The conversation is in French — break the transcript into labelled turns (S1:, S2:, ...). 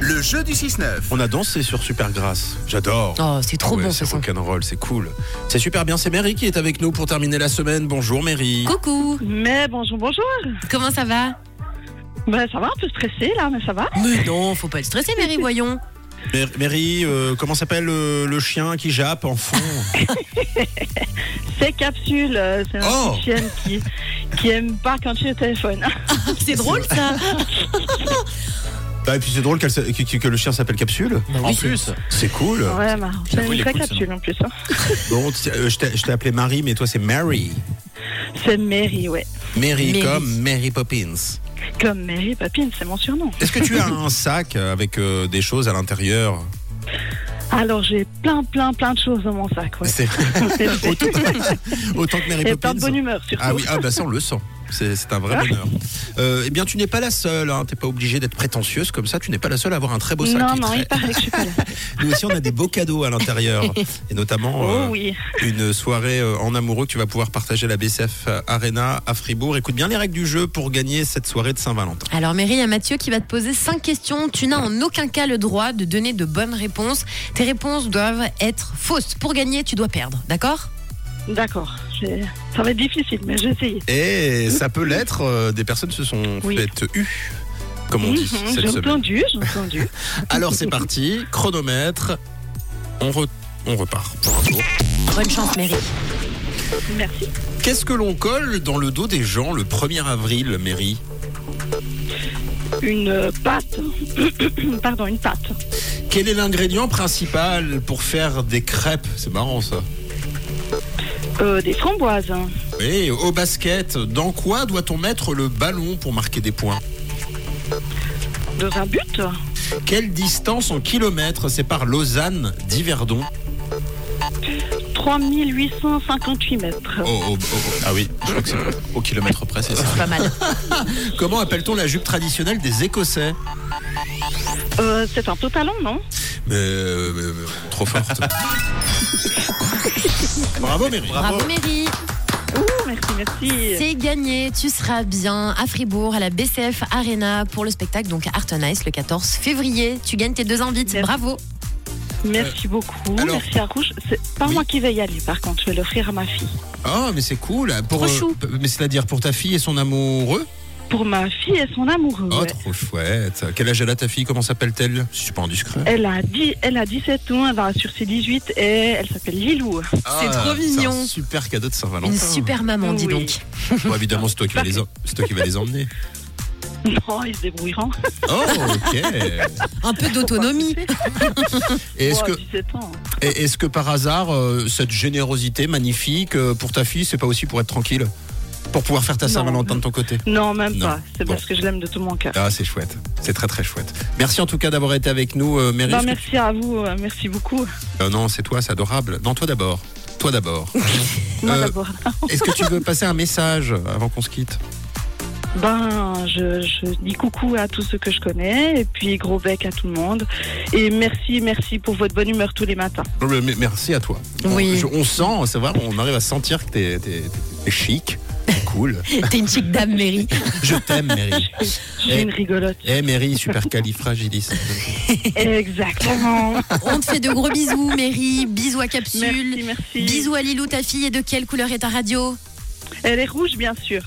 S1: Le jeu du 6-9.
S2: On a dansé sur Supergrass. J'adore.
S3: Oh, c'est trop
S2: Ah Ouais,
S3: bon,
S2: c'est
S3: ce son.
S2: rock'n'roll, c'est cool. C'est super bien. C'est Mary qui est avec nous pour terminer la semaine. Bonjour Mary.
S3: Coucou,
S4: Mais bonjour, bonjour.
S3: comment ça va
S4: Ben, ça va, un peu stressé là, mais ça va.
S3: Mais non, faut pas être stressé, Mary, voyons.
S2: Mer- Mary, euh, comment s'appelle euh, le chien qui jappe en fond
S4: C'est Capsule, euh, c'est un
S2: Oh.
S4: petit chienne qui, qui aime pas quand je suis au téléphone.
S2: Ah,
S3: C'est drôle, ça.
S2: Bah, Et puis c'est drôle qu'elle s'a- que, que- que le chien s'appelle Capsule.
S3: Bah oui,
S5: en
S3: c'est-
S5: plus,
S2: C'est cool.
S4: Ouais, marrant. C'est
S5: J'avoue, il
S4: une
S5: est
S4: vraie
S5: cool, ce
S4: Capsule en plus. hein.
S2: Bon, t- euh, je t'ai je t'ai appelé Marie, mais toi c'est Mary.
S4: C'est Mary, ouais.
S2: Mary,
S3: Mary.
S2: comme Mary Poppins.
S4: Comme Mary Papine, c'est mon surnom.
S2: Est-ce que tu as un sac avec euh, des choses à l'intérieur
S4: Alors, j'ai plein, plein, plein de choses dans mon sac, ouais.
S2: C'est autant, autant que Mary
S4: Et
S2: Poppins.
S4: plein de bonne humeur, surtout.
S2: Ah oui, ah bah ça on le sent. C'est c'est un vrai bonheur. Euh, eh bien, tu n'es pas la seule. Hein. T'es pas obligée d'être prétentieuse comme ça. Tu n'es pas la seule à avoir un très beau sac.
S4: non,
S2: qui est
S4: non,
S2: très-
S4: il paraît que je suis pas là.
S2: Nous aussi, on a des beaux cadeaux à l'intérieur, et notamment euh,
S4: Oh oui.
S2: une soirée euh, en amoureux que tu vas pouvoir partager à la BCF Arena à Fribourg. Écoute bien les règles du jeu pour gagner cette soirée de Saint-Valentin.
S3: Alors, Mary, il y a Mathieu qui va te poser cinq questions. Tu n'as en aucun cas le droit de donner de bonnes réponses. Tes réponses doivent être fausses. Pour gagner, tu dois perdre, d'accord
S4: D'accord. C'est- Ça va être difficile, mais j'ai essayé.
S2: Et ça peut l'être. euh, des personnes se sont
S4: Oui.
S2: faites eues, comme on dit
S4: Mhm,
S2: cette
S4: j'ai
S2: semaine.
S4: entendu, j'ai entendu.
S2: Alors c'est parti, chronomètre. On, re- on repart. pour un tour.
S3: Bonne chance, Mary.
S4: Merci.
S2: Qu'est-ce que l'on colle dans le dos des gens le 1er avril, Mary
S4: Une euh, pâte. Pardon, une pâte.
S2: Quel est l'ingrédient principal pour faire des crêpes C'est marrant ça.
S4: Euh, des framboises.
S2: Oui, au basket, dans quoi doit-on mettre le ballon pour marquer des points
S4: Dans un but.
S2: Quelle distance en kilomètres sépare Lausanne d'Yverdon
S4: 3858 mètres.
S2: oh, oh, oh, oh. Ah oui, je crois que c'est
S5: au kilomètre près, c'est ça.
S3: Pas mal.
S2: Comment appelle-t-on la jupe traditionnelle des Écossais
S4: Euh, c'est un totalon, non
S2: mais, euh, mais, mais, trop forte. Bravo Mary.
S3: Bravo, Mary.
S4: Ouh, merci, merci.
S3: C'est gagné. Tu seras bien à Fribourg, à la BCF Arena, pour le spectacle, donc à Art on Ice, le 14 février. Tu gagnes tes deux invites.
S4: Merci.
S3: Bravo.
S4: Merci beaucoup.
S2: alors-
S4: Merci à Rouge. C'est pas
S2: Oui.
S4: moi qui vais y aller, par contre. Je vais l'offrir à ma fille.
S2: Ah mais c'est cool. Pour,
S3: Trop chou.
S2: p- Mais c'est-à-dire pour ta fille et son amoureux
S4: Pour ma fille et son amoureux.
S2: Oh
S4: ouais.
S2: trop chouette. Quel âge elle a ta fille Comment s'appelle-t-elle Je suis pas indiscret.
S4: Elle a, dix- elle a 17 ans, elle va sur ses 18 et elle s'appelle Lilou.
S2: Ah,
S3: trop mignon.
S2: c'est un super cadeau de Saint-Valentin.
S3: Une super maman, dis
S4: Oui.
S3: donc.
S2: Bon, évidemment, c'est toi qui vas les, en- c'est toi qui vas les emmener.
S4: Non, ils se débrouilleront.
S2: Oh, ok.
S3: Un peu d'autonomie.
S2: Et est-ce
S4: Oh,
S2: que,
S4: 17 Oh, ans.
S2: et est-ce que par hasard, euh, cette générosité magnifique euh, pour ta fille, c'est pas aussi pour être tranquille Pour pouvoir faire ta
S4: Non.
S2: Saint-Valentin de ton côté
S4: Non, même
S2: Non.
S4: pas. C'est
S2: Bon.
S4: parce que je l'aime de tout mon cœur.
S2: Ah, c'est chouette. C'est très, très chouette. Merci en tout cas d'avoir été avec nous, euh, Mary.
S4: Bah,
S2: Est-ce que-
S4: merci à vous, euh, merci beaucoup.
S2: Euh, non, c'est toi, c'est adorable. Non, toi d'abord. Toi d'abord.
S4: Moi
S2: Euh,
S4: d'abord.
S2: Est-ce que tu veux passer un message avant qu'on se quitte
S4: Ben, je, je dis coucou à tous ceux que je connais et puis gros bec à tout le monde. Et merci, merci pour votre bonne humeur tous les matins.
S2: Euh, mais- Merci à toi.
S3: Oui.
S2: On, je- on sent, c'est vrai, on arrive à sentir que t'es, t'es- t'es chic, t'es cool.
S3: T'es une chic dame, Mary.
S2: Je t'aime, Mary.
S4: Je suis
S2: Eh.
S4: une rigolote.
S2: Eh, Mary, super califragiliste.
S4: Exactement.
S3: On te fait de gros bisous, Mary. Bisous à Capsule.
S4: Merci, merci.
S3: Bisous à Lilou, ta fille, et de quelle couleur est ta radio
S4: Elle est rouge, bien sûr.